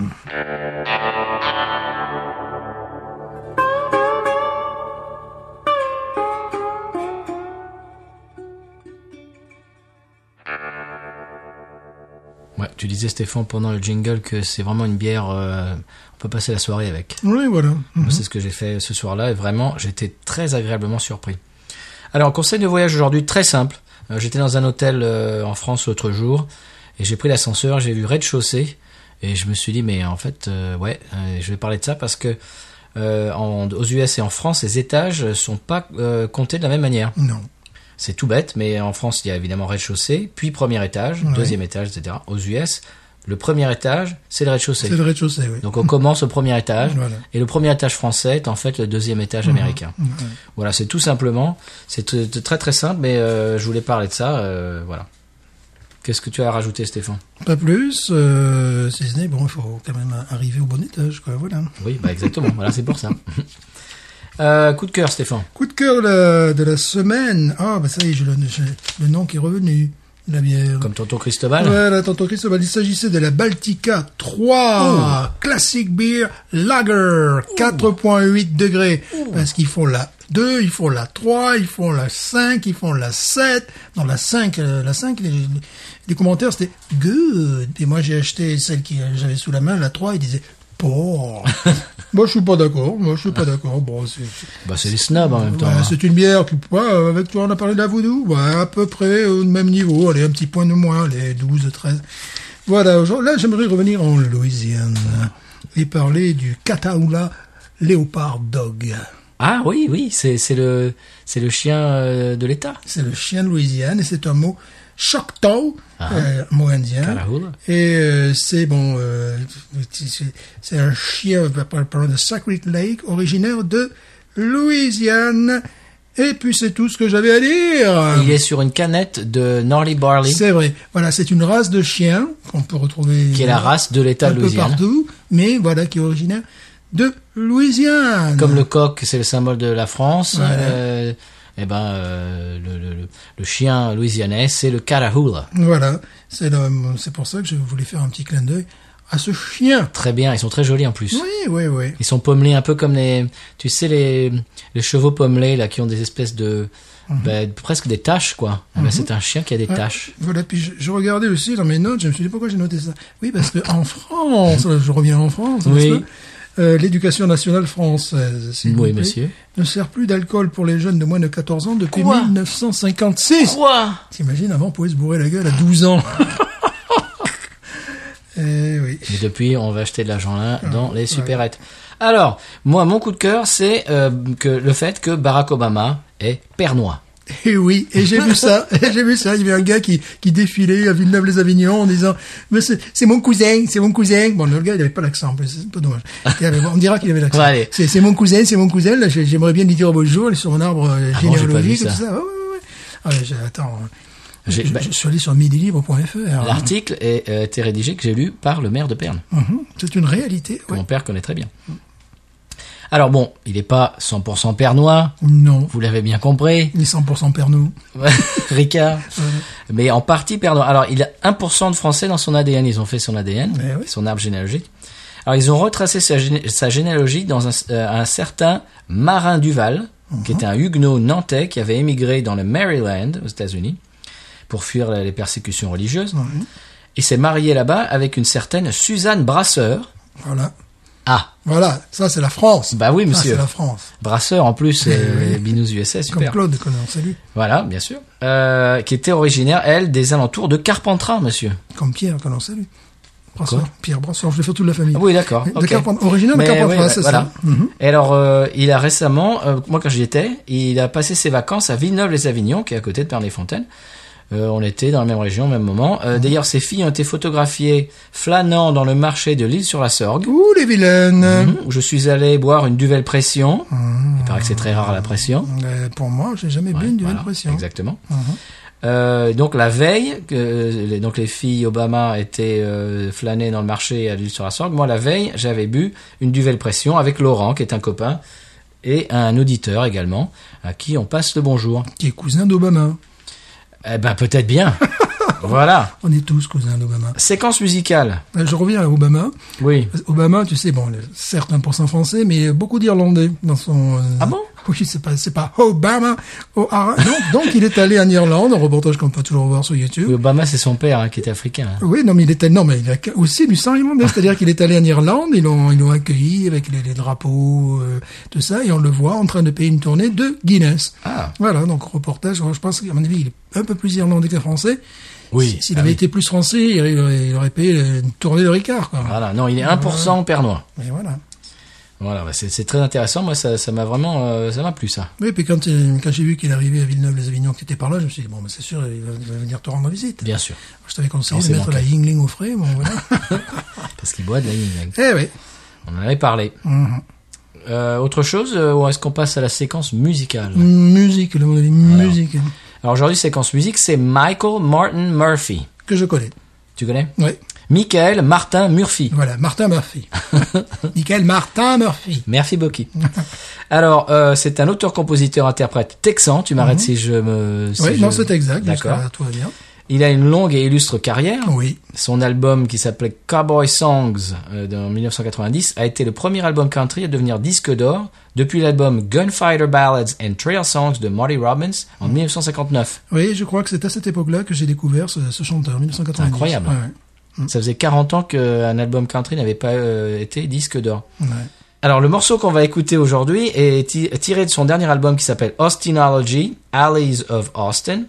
S1: Ouais, tu disais Stéphane pendant le jingle que c'est vraiment une bière. euh, on peut passer la soirée avec.
S2: Oui, voilà.
S1: Moi, C'est ce que j'ai fait ce soir-là et vraiment, j'étais très agréablement surpris. Alors, conseil de voyage aujourd'hui, très simple. Euh, J'étais dans un hôtel euh, en France l'autre jour et j'ai pris l'ascenseur, j'ai vu rez-de-chaussée et je me suis dit, mais en fait, euh, ouais, euh, je vais parler de ça parce que euh, en- aux US et en France, les étages sont pas euh, comptés de la même manière.
S2: Non.
S1: C'est tout bête, mais en France, il y a évidemment rez-de-chaussée, puis premier étage,
S2: Ouais.
S1: deuxième étage, etc. Aux US, le premier étage, c'est le rez-de-chaussée.
S2: C'est le rez-de-chaussée, oui.
S1: Donc on commence au premier étage
S2: Voilà.
S1: et le premier étage français est en fait le deuxième étage
S2: Mhm.
S1: américain. Voilà, c'est tout simplement, c'est t- t- très très simple, mais euh, je voulais parler de ça. euh, voilà. Qu'est-ce que tu as à rajouter, Stéphane
S2: Pas plus, euh, si ce n'est, bon, il faut quand même arriver au bon étage, quoi, voilà.
S1: Oui, bah exactement. voilà, c'est pour ça. [laughs] Euh, coup de cœur, Stéphane.
S2: Coup de cœur de la, de la semaine. Ah, bah ça y est, j'ai le, j'ai le nom qui est revenu, de la bière.
S1: Comme tonton Cristobal.
S2: Voilà, tonton Christophe, il s'agissait de la Baltica 3 Classic Beer Lager 4.8 degrés. Parce qu'ils font la 2, ils font la 3, ils font la 5, ils font la 7. Dans la 5, euh, la 5 les, les commentaires c'était good. Et moi j'ai acheté celle que j'avais sous la main, la 3, ils disaient pour. moi je suis pas d'accord, moi je suis pas d'accord. Bon, c'est- c'est-
S1: Bah c'est les snobs en même temps.
S2: Ouais,
S1: hein.
S2: c'est une bière qui, ouais, euh, avec toi, on a parlé de la voodoo, ouais, à peu près euh, au même niveau, allez, un petit point de moins, les 12, 13. Voilà, aujourd'hui- là, j'aimerais revenir en Louisiane et parler du Catahoula Léopard Dog.
S1: Ah oui, oui, c'est c'est le c'est le chien euh, de l'État.
S2: C'est le chien de Louisiane et c'est un mot Choctaw,
S1: Ah.
S2: euh, mot indien.
S1: Catahoula.
S2: Et euh, c'est bon, euh, c'est- c'est un chien euh, par- parlant de Sacred Lake, originaire de Louisiane. Et puis c'est tout ce que j'avais à dire.
S1: Il est sur une canette de Norley Barley,
S2: Euh. C'est vrai. Voilà, c'est une race de chiens qu'on peut retrouver
S1: qui est la race de l'État
S2: un
S1: de
S2: peu
S1: Louisiane.
S2: partout, mais voilà, qui est originaire de Louisiane.
S1: Comme le coq, c'est le symbole de la France.
S2: Voilà.
S1: euh, eh ben, euh, le, le- le- le chien louisianais, c'est le carahula.
S2: Voilà, c'est le- c'est pour ça que je voulais faire un petit clin d'œil à ce chien.
S1: Très bien, ils sont très jolis en plus.
S2: Oui, oui, oui.
S1: Ils sont pommelés un peu comme les, tu sais les, les chevaux pommelés là qui ont des espèces de, ben, presque des taches quoi. Eh ben, c'est un chien qui a des taches.
S2: Voilà, puis je, je regardais aussi dans mes notes, je me suis dit pourquoi j'ai noté ça. Oui, parce que en France, [laughs] je reviens en France, n'est-ce
S1: Oui.
S2: pas Euh, l'éducation nationale française, s'il vous
S1: Oui,
S2: plaît,
S1: monsieur.
S2: ne sert plus d'alcool pour les jeunes de moins de 14 ans depuis
S1: Quoi
S2: 1956.
S1: Quoi
S2: T'imagines, avant, on pouvait se bourrer la gueule à 12 ans. [laughs] eh oui.
S1: Et depuis, on va acheter de l'argent là dans les supérettes. Alors, moi, mon coup de cœur, c'est euh, que le fait que Barack Obama est pernois.
S2: Et Eh oui. Et j'ai vu ça. [laughs] Et j'ai vu ça. Il y avait un gars qui, qui défilait à Villeneuve-les-Avignon en disant, mais c'est c'est mon cousin, c'est mon cousin. Bon, le gars, il avait pas l'accent, en plus, c'est un peu dommage. Il avait- on dira qu'il avait l'accent.
S1: Ouais, allez.
S2: C'est c'est mon cousin, c'est mon cousin. Là, j'ai- j'aimerais bien lui dire bonjour, il est sur mon arbre euh,
S1: Ah bon, j'ai pas vu
S2: généalogique, et
S1: ça.
S2: tout ça. Ouais, ouais, ouais. Ah, j'ai- attends. Je,
S1: J'ai- bah-
S2: je suis allé sur midilivre.fr.
S1: L'article est, euh, été rédigé que j'ai lu par le maire de Perne.
S2: Mhm. C'est une réalité.
S1: que
S2: ouais.
S1: mon père connaît très bien. Alors bon, il n'est pas 100% pernois,
S2: Non.
S1: vous l'avez bien compris, [laughs]
S2: Il est 100% pernou.
S1: Ricard, mais en partie pernois. Alors il a 1% de français dans son ADN, ils ont fait son ADN,
S2: Eh oui.
S1: son arbre généalogique. Alors ils ont retracé sa, géné- sa généalogie dans un, euh, un certain Marin Duval, qui
S2: Mhm.
S1: était un huguenot nantais qui avait émigré dans le Maryland aux États-Unis pour fuir les persécutions religieuses. Il s'est marié là-bas avec une certaine Suzanne Brasseur.
S2: Voilà.
S1: Ah,
S2: Voilà, ça c'est la France.
S1: Bah oui,
S2: Ça,
S1: monsieur.
S2: c'est la France.
S1: Brasseur en plus,
S2: [laughs]
S1: euh, Binous USA,
S2: Comme
S1: super.
S2: Claude, qu'on salut.
S1: Voilà, bien sûr. Euh, qui était originaire, elle, des alentours de Carpentras, monsieur.
S2: Comme Pierre, qu'on salue. Brasseur, Pierre Brasseur, je vais faire toute la famille.
S1: Ah oui, d'accord.
S2: De
S1: ok.
S2: Carpentras, originaire de
S1: Mais
S2: Carpentras,
S1: oui, bah,
S2: c'est
S1: voilà.
S2: ça. Mhm.
S1: Et alors, euh, il a récemment, euh, moi quand j'y étais, il a passé ses vacances à Villeneuve-les-Avignon, qui est à côté de Père-les-Fontaines. Euh, on était dans la même région au même moment.
S2: Mhm.
S1: Euh, D'ailleurs, ces filles ont été photographiées flânant dans le marché de l'île sur la Sorgue.
S2: Ouh, les vilaines
S1: Mhm. Où je suis allé boire une duvel pression.
S2: Ah.
S1: Il paraît que c'est très rare la pression.
S2: Euh, Pour moi, j'ai jamais bu
S1: Ouais,
S2: une duel
S1: voilà,
S2: pression.
S1: Exactement. Euh, donc la veille, que euh, les, donc les filles Obama étaient euh, flânées dans le marché à l'île sur la Sorgue. Moi, la veille, j'avais bu une duvel pression avec Laurent, qui est un copain, et un auditeur également, à qui on passe le bonjour.
S2: Qui est cousin d'Obama.
S1: Eh ben, peut-être bien. voilà.
S2: On est tous cousins d'Obama.
S1: Séquence musicale.
S2: Euh, Je reviens à Obama.
S1: Oui.
S2: Obama, tu sais, bon, certes 1% français, mais beaucoup d'Irlandais dans son. euh,
S1: Ah bon
S2: Oui, c'est pas, c'est pas Obama. O- R- donc, donc, il est allé en Irlande, un reportage qu'on peut toujours voir sur YouTube.
S1: Oui, Obama, c'est son père hein, qui était africain. hein.
S2: Oui, non, mais il était, non, mais il a aussi du sang
S1: Ah.
S2: irlandais. C'est-à-dire qu'il est allé en Irlande, ils l'ont, ils l'ont accueilli avec les, les drapeaux, euh, tout ça, et on le voit en train de payer une tournée de Guinness.
S1: Ah.
S2: Voilà, donc reportage, je pense qu'à mon avis, il est un peu plus irlandais que français.
S1: Oui,
S2: S- S'il
S1: ah
S2: avait
S1: oui.
S2: été plus français, il aurait, il aurait payé une tournée de Ricard, quoi.
S1: Voilà. Non, il est 1% père noir.
S2: Mais voilà.
S1: Voilà. bah, C'est c'est très intéressant. Moi, ça ça m'a vraiment, euh, ça m'a plu ça.
S2: Oui, puis quand, euh, quand j'ai vu qu'il arrivait à Villeneuve-les-Avignon, qui était par là, je me suis dit, bon, ben, c'est sûr, il va, il va venir te rendre visite.
S1: Bien sûr.
S2: Je t'avais conseillé
S1: On
S2: de
S1: s'est
S2: mettre
S1: manqué.
S2: la Yingling au frais, bon, voilà.
S1: [laughs] Parce qu'il boit de la Yingling.
S2: eh oui.
S1: On en avait parlé.
S2: Mhm.
S1: Euh, autre chose, euh, ou est-ce qu'on passe à la séquence musicale
S2: Mm. Musique, là, mon ami, musique.
S1: Alors aujourd'hui, séquence musique, c'est Michael Martin Murphy.
S2: Que je connais.
S1: Tu connais
S2: Oui.
S1: Michael Martin Murphy.
S2: Voilà,
S1: [laughs]
S2: Martin Murphy. Nickel Martin Murphy.
S1: Merci
S2: [laughs]
S1: Boki. Alors, euh, c'est un auteur-compositeur-interprète texan. Tu m'arrêtes si je me... si
S2: Mhm. oui,
S1: je-
S2: non, c'est exact.
S1: D'accord.
S2: jusqu'à- Tout va bien.
S1: Il a une longue et illustre carrière.
S2: Oui.
S1: Son album qui s'appelait Cowboy Songs euh, en 1990 a été le premier album country à devenir disque d'or depuis l'album Gunfighter Ballads and Trail Songs de Marty Robbins en 1959.
S2: Oui, je crois que c'est à cette époque-là que j'ai découvert ce, ce chanteur, 1990.
S1: Incroyable.
S2: Ouais,
S1: Ça faisait 40 ans qu'un album country n'avait pas euh, été disque d'or.
S2: ouais.
S1: Alors le morceau qu'on va écouter aujourd'hui est ti- tiré de son dernier album qui s'appelle Austinology, Alleys of Austin.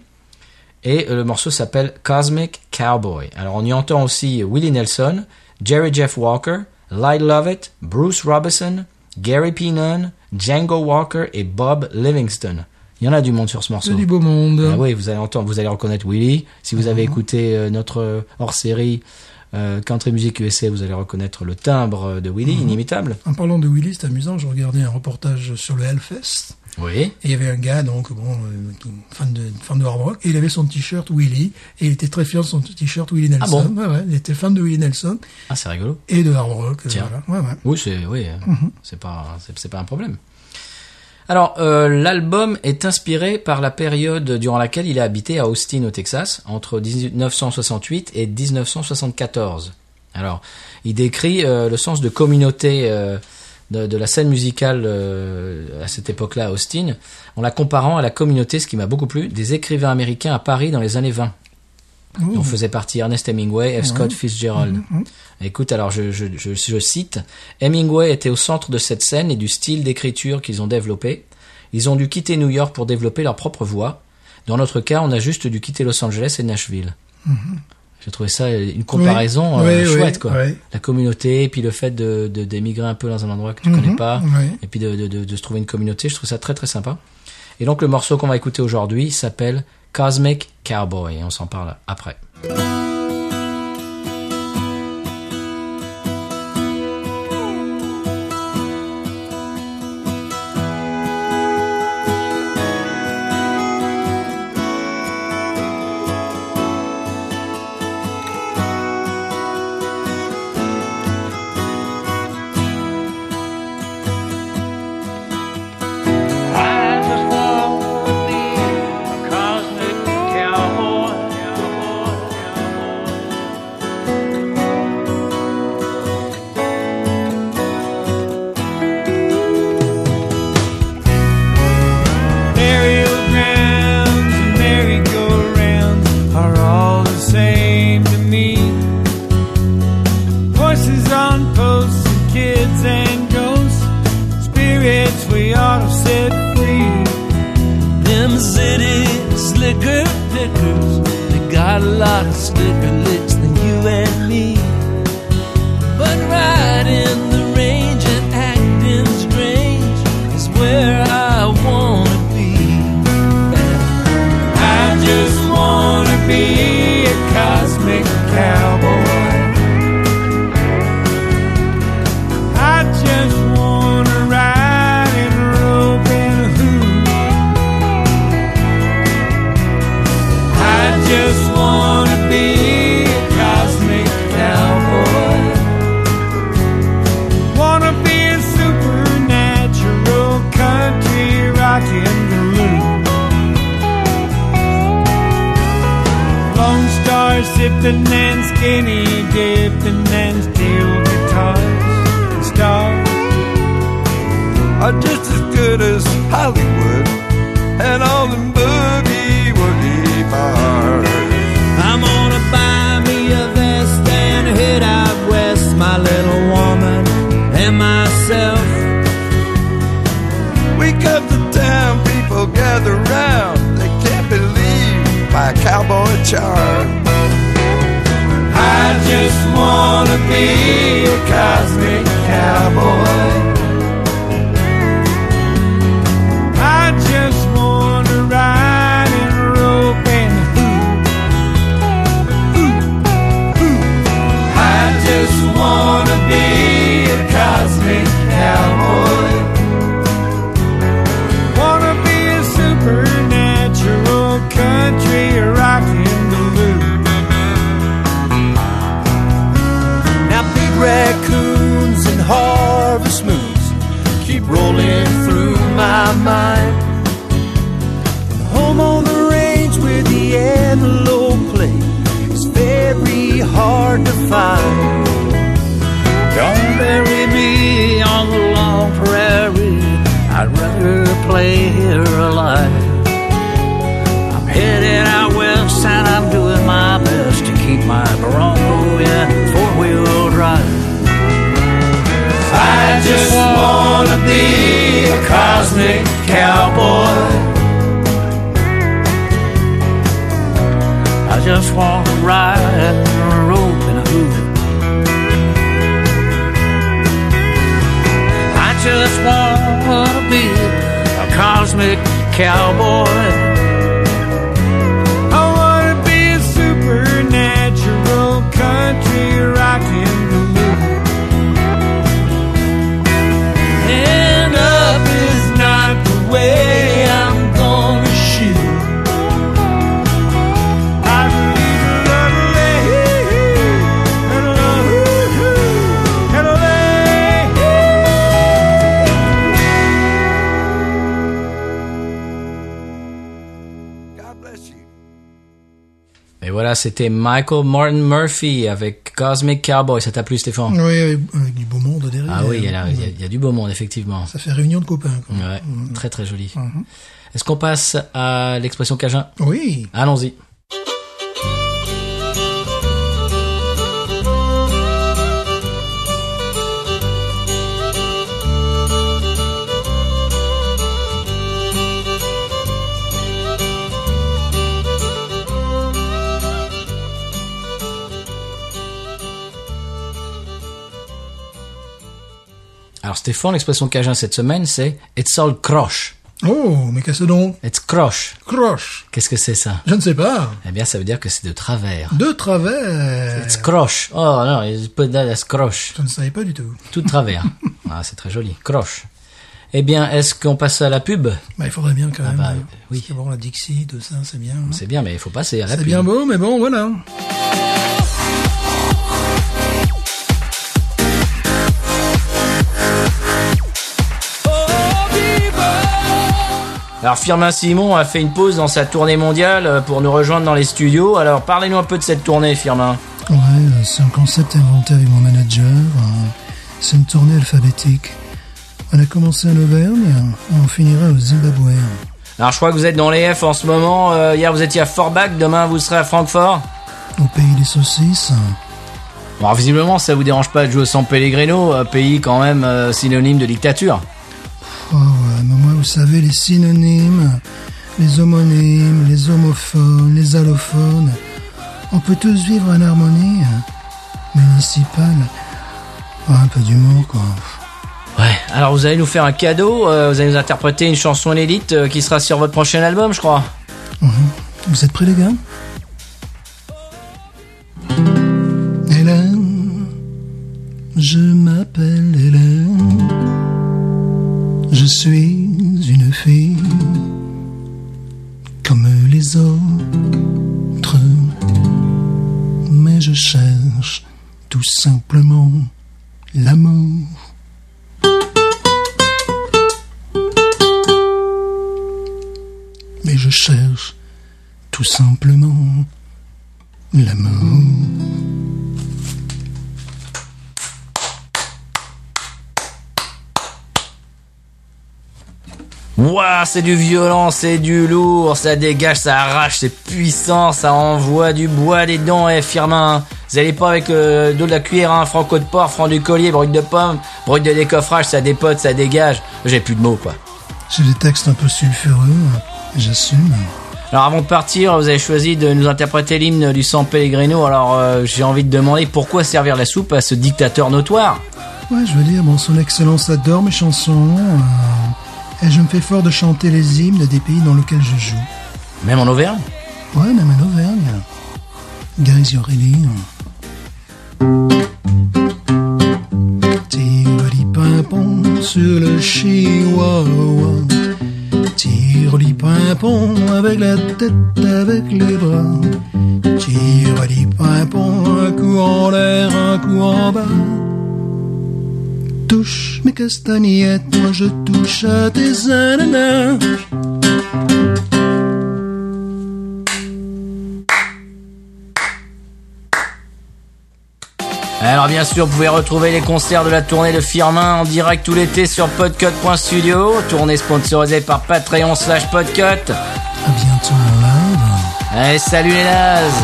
S1: Et euh, le morceau s'appelle Cosmic Cowboy. Alors on y entend aussi Willie Nelson, Jerry Jeff Walker, Lyle Lovett, Bruce Robinson, Gary Peenan, Django Walker et Bob Livingston. Il y en a du monde sur ce morceau.
S2: C'est du beau monde.
S1: Ah oui, vous allez entendre, vous allez reconnaître Willie. Si vous avez écouté euh, notre euh, hors-série euh, Country Music USA, vous allez reconnaître le timbre euh, de Willie, inimitable.
S2: En parlant de Willy, c'est amusant, je regardais un reportage sur le Hellfest.
S1: Oui.
S2: Et il y avait un gars, donc, bon, euh, qui- fan de, fan de hard rock, et il avait son t-shirt Willy, et il était très fier de son t-shirt Willy Nelson.
S1: Ah bon
S2: ouais, ouais, il était fan de Willy Nelson
S1: Ah, c'est rigolo.
S2: et de hard rock. euh,
S1: Tiens.
S2: Voilà. Ouais, ouais.
S1: Oui, c'est oui, euh, c'est pas c'est c'est pas un problème. Alors, euh, l'album est inspiré par la période durant laquelle il a habité à Austin, au Texas, entre 1968 et 1974. Alors, il décrit euh, le sens de communauté euh, de, de la scène musicale euh, à cette époque-là à Austin, en la comparant à la communauté, ce qui m'a beaucoup plu, des écrivains américains à Paris dans les années 20. dont faisait partie Ernest Hemingway, F. Scott Fitzgerald.
S2: Mm,
S1: Écoute, alors je, je, je, je cite, Hemingway était au centre de cette scène et du style d'écriture qu'ils ont développé. Ils ont dû quitter New York pour développer leur propre voix. Dans notre cas, on a juste dû quitter Los Angeles et Nashville. J'ai trouvé ça euh, une comparaison
S2: Mm, Oui,
S1: euh,
S2: oui,
S1: chouette,
S2: oui,
S1: quoi.
S2: oui.
S1: La communauté, puis le fait de de- d'émigrer un peu dans un endroit que tu connais pas,
S2: Mhm, oui.
S1: et puis de, de, de, de se trouver une communauté. Je trouve ça très très sympa. Et donc le morceau qu'on va écouter aujourd'hui s'appelle Cosmic Cowboy, et on s'en parle après.
S3: I just want to be a cosmic cowboy, cowboy, cowboy.
S4: Merry-go-rounds and merry-go-rounds are all the same to me. Horses on posts and kids and ghosts, spirits we ought to set free. Them city slicker pickers, they got a lot of slicker licks than you and me. But riding the range and acting strange is where I wanna be. I just wanna just wanna be a cosmic cowboy. Wanna be a supernatural country rockin' balloon. Lone Star sipping and skinny dipping and steel guitars and stars.
S5: are just as good as Hollywood and all the boogie woogie bars.
S4: I'm gonna buy me a vest and head out west, my little woman and myself.
S5: We come to town, people gather round. They can't believe my cowboy charm.
S4: I just wanna be a cosmic cowboy. I just wanna ride and rope and ooh, ooh, ooh. I just wanna be a cosmic cowboy. Wanna be a supernatural country rockin' balloon. Now big raccoons and harvest moons keep rolling through my mind. And home on the range where the antelope play is very hard to find. Don't bury me on the long prairie. I'd rather play here alive. I'm headed out west and I'm doing my best to keep my Bronco in four wheel drive. I just wanna be a cosmic cowboy. I just wanna ride a rope and a hoop. I just wanna be a cosmic cowboy. I wanna be a supernatural country rockin' balloon. And up is not the way I'm gonna shoot. I believe in love, and love, and
S5: God bless you.
S1: Et voilà, c'était Michael Martin Murphy avec Cosmic Cowboy. Ça t'a plu, Stéphane
S2: Oui, avec, avec du beau monde derrière.
S1: Ah oui, il y, a, là-
S2: Ouais.
S1: il y a- il y a du beau monde, effectivement.
S2: Ça Mhm. fait réunion de copains. quoi.
S1: Ouais, très très joli. Est-ce qu'on passe à l'expression Cajun
S2: Oui.
S1: Allons-y. Alors Stéphane, l'expression Cajun cette semaine, c'est It's all croche.
S2: Oh, mais qu'est-ce donc
S1: It's croche.
S2: Croche.
S1: Qu'est-ce que c'est ça
S2: Je ne sais pas.
S1: Eh bien, ça veut dire que c'est de travers.
S2: De travers.
S1: It's croche. Oh non, it's put that as croche.
S2: Je ne savais pas du tout.
S1: Tout de
S2: [laughs]
S1: travers. ah, c'est très joli. Croche. Eh bien, est-ce qu'on passe à la pub
S2: Bah, il faudrait bien quand même.
S1: bah,
S2: euh,
S1: oui.
S2: parce que bon, la Dixie, tout ça, c'est bien.
S1: C'est bien, mais il faut passer à la
S2: C'est
S1: pub.
S2: bien beau, mais bon, voilà.
S1: Alors, Firmin Simon a fait une pause dans sa tournée mondiale euh, pour nous rejoindre dans les studios. Alors, parlez-nous un peu de cette tournée, Firmin.
S2: Ouais, euh, c'est un concept inventé avec mon manager. euh, C'est une tournée alphabétique. On a commencé à l'Auvergne, on finira au Zimbabwe.
S1: Alors, je crois que vous êtes dans les F en ce moment. Euh, hier, vous étiez à Forbach. Demain, vous serez à Francfort.
S2: Au pays des saucisses,
S1: Bon, alors, visiblement, ça vous dérange pas de jouer au San Pellegrino, euh, pays quand même euh, synonyme de dictature.
S2: Oh, ouais, mais moi, vous savez, les synonymes, les homonymes, les homophones, les allophones, on peut tous vivre en harmonie euh, municipale. Ouais, un peu d'humour, quoi.
S1: Ouais. Alors, vous allez nous faire un cadeau. euh, vous allez nous interpréter une chanson inédite euh, qui sera sur votre prochain album, je crois.
S2: Vous êtes prêts, les gars Hélène, je m'appelle Hélène. Je suis une fille comme les autres. cherche tout simplement l'amour. Mais je cherche tout simplement l'amour.
S1: Waouh, c'est du violent, c'est du lourd, ça dégage, ça arrache, c'est puissant, ça envoie du bois des dents, eh, Firmin. Vous allez pas avec le dos de la cuillère, hein, franco de porc, franc du collier, broc de pomme, broc de décoffrage, ça dépote, ça dégage. J'ai plus de mots, quoi.
S2: J'ai des textes un peu sulfureux, j'assume.
S1: Alors avant de partir, vous avez choisi de nous interpréter l'hymne du San Pellegrino, alors euh, j'ai envie de demander pourquoi servir la soupe à ce dictateur notoire
S2: Ouais, je veux dire, bon, son excellence adore mes chansons, euh, et je me fais fort de chanter les hymnes des pays dans lesquels je joue.
S1: Même en Auvergne
S2: Ouais, même en Auvergne. Guys, you're ready. Tire-li-pimpon sur le chihuahua. Tire-li-pimpon avec la tête, avec les bras. Tire-li-pimpon, un coup en l'air, un coup en bas. Touche mes castagnettes, moi je touche à tes ananas.
S1: Alors bien sûr, vous pouvez retrouver les concerts de la tournée de Firmin en direct tout l'été sur podcut.studio, tournée sponsorisée par Patreon slash podcut.
S2: À bientôt en live.
S1: Allez, salut les nazes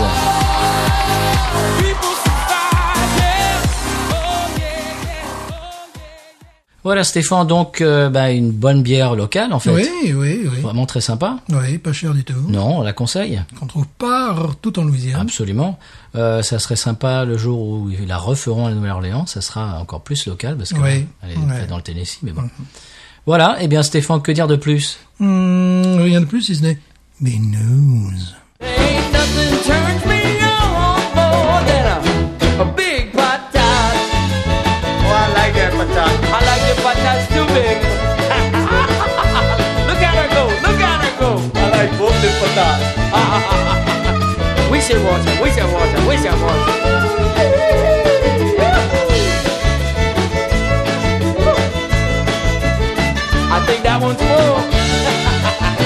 S1: Voilà Stéphane, donc euh, bah, une bonne bière locale en fait.
S2: Oui, oui, oui.
S1: Vraiment très sympa.
S2: Oui, pas cher du tout.
S1: Non, on la conseille.
S2: Qu'on trouve partout en Louisiane.
S1: Absolument. Euh, ça serait sympa le jour où ils la referont à la Nouvelle-Orléans, ça sera encore plus local parce que
S2: Oui,
S1: elle est
S2: ouais. Mm-hmm.
S1: dans le Tennessee, mais bon. Voilà, eh bien Stéphane, que dire de plus
S2: Hmm, rien de plus si ce n'est des news.
S4: Ain't nothing turns me on more than a, a big patat. Oh, I like that patat. I like the patats too big. [laughs] look at her go. Look at her go. I like both the [laughs] patats. we should watch her. We should watch her. We should watch her. I think that one's full.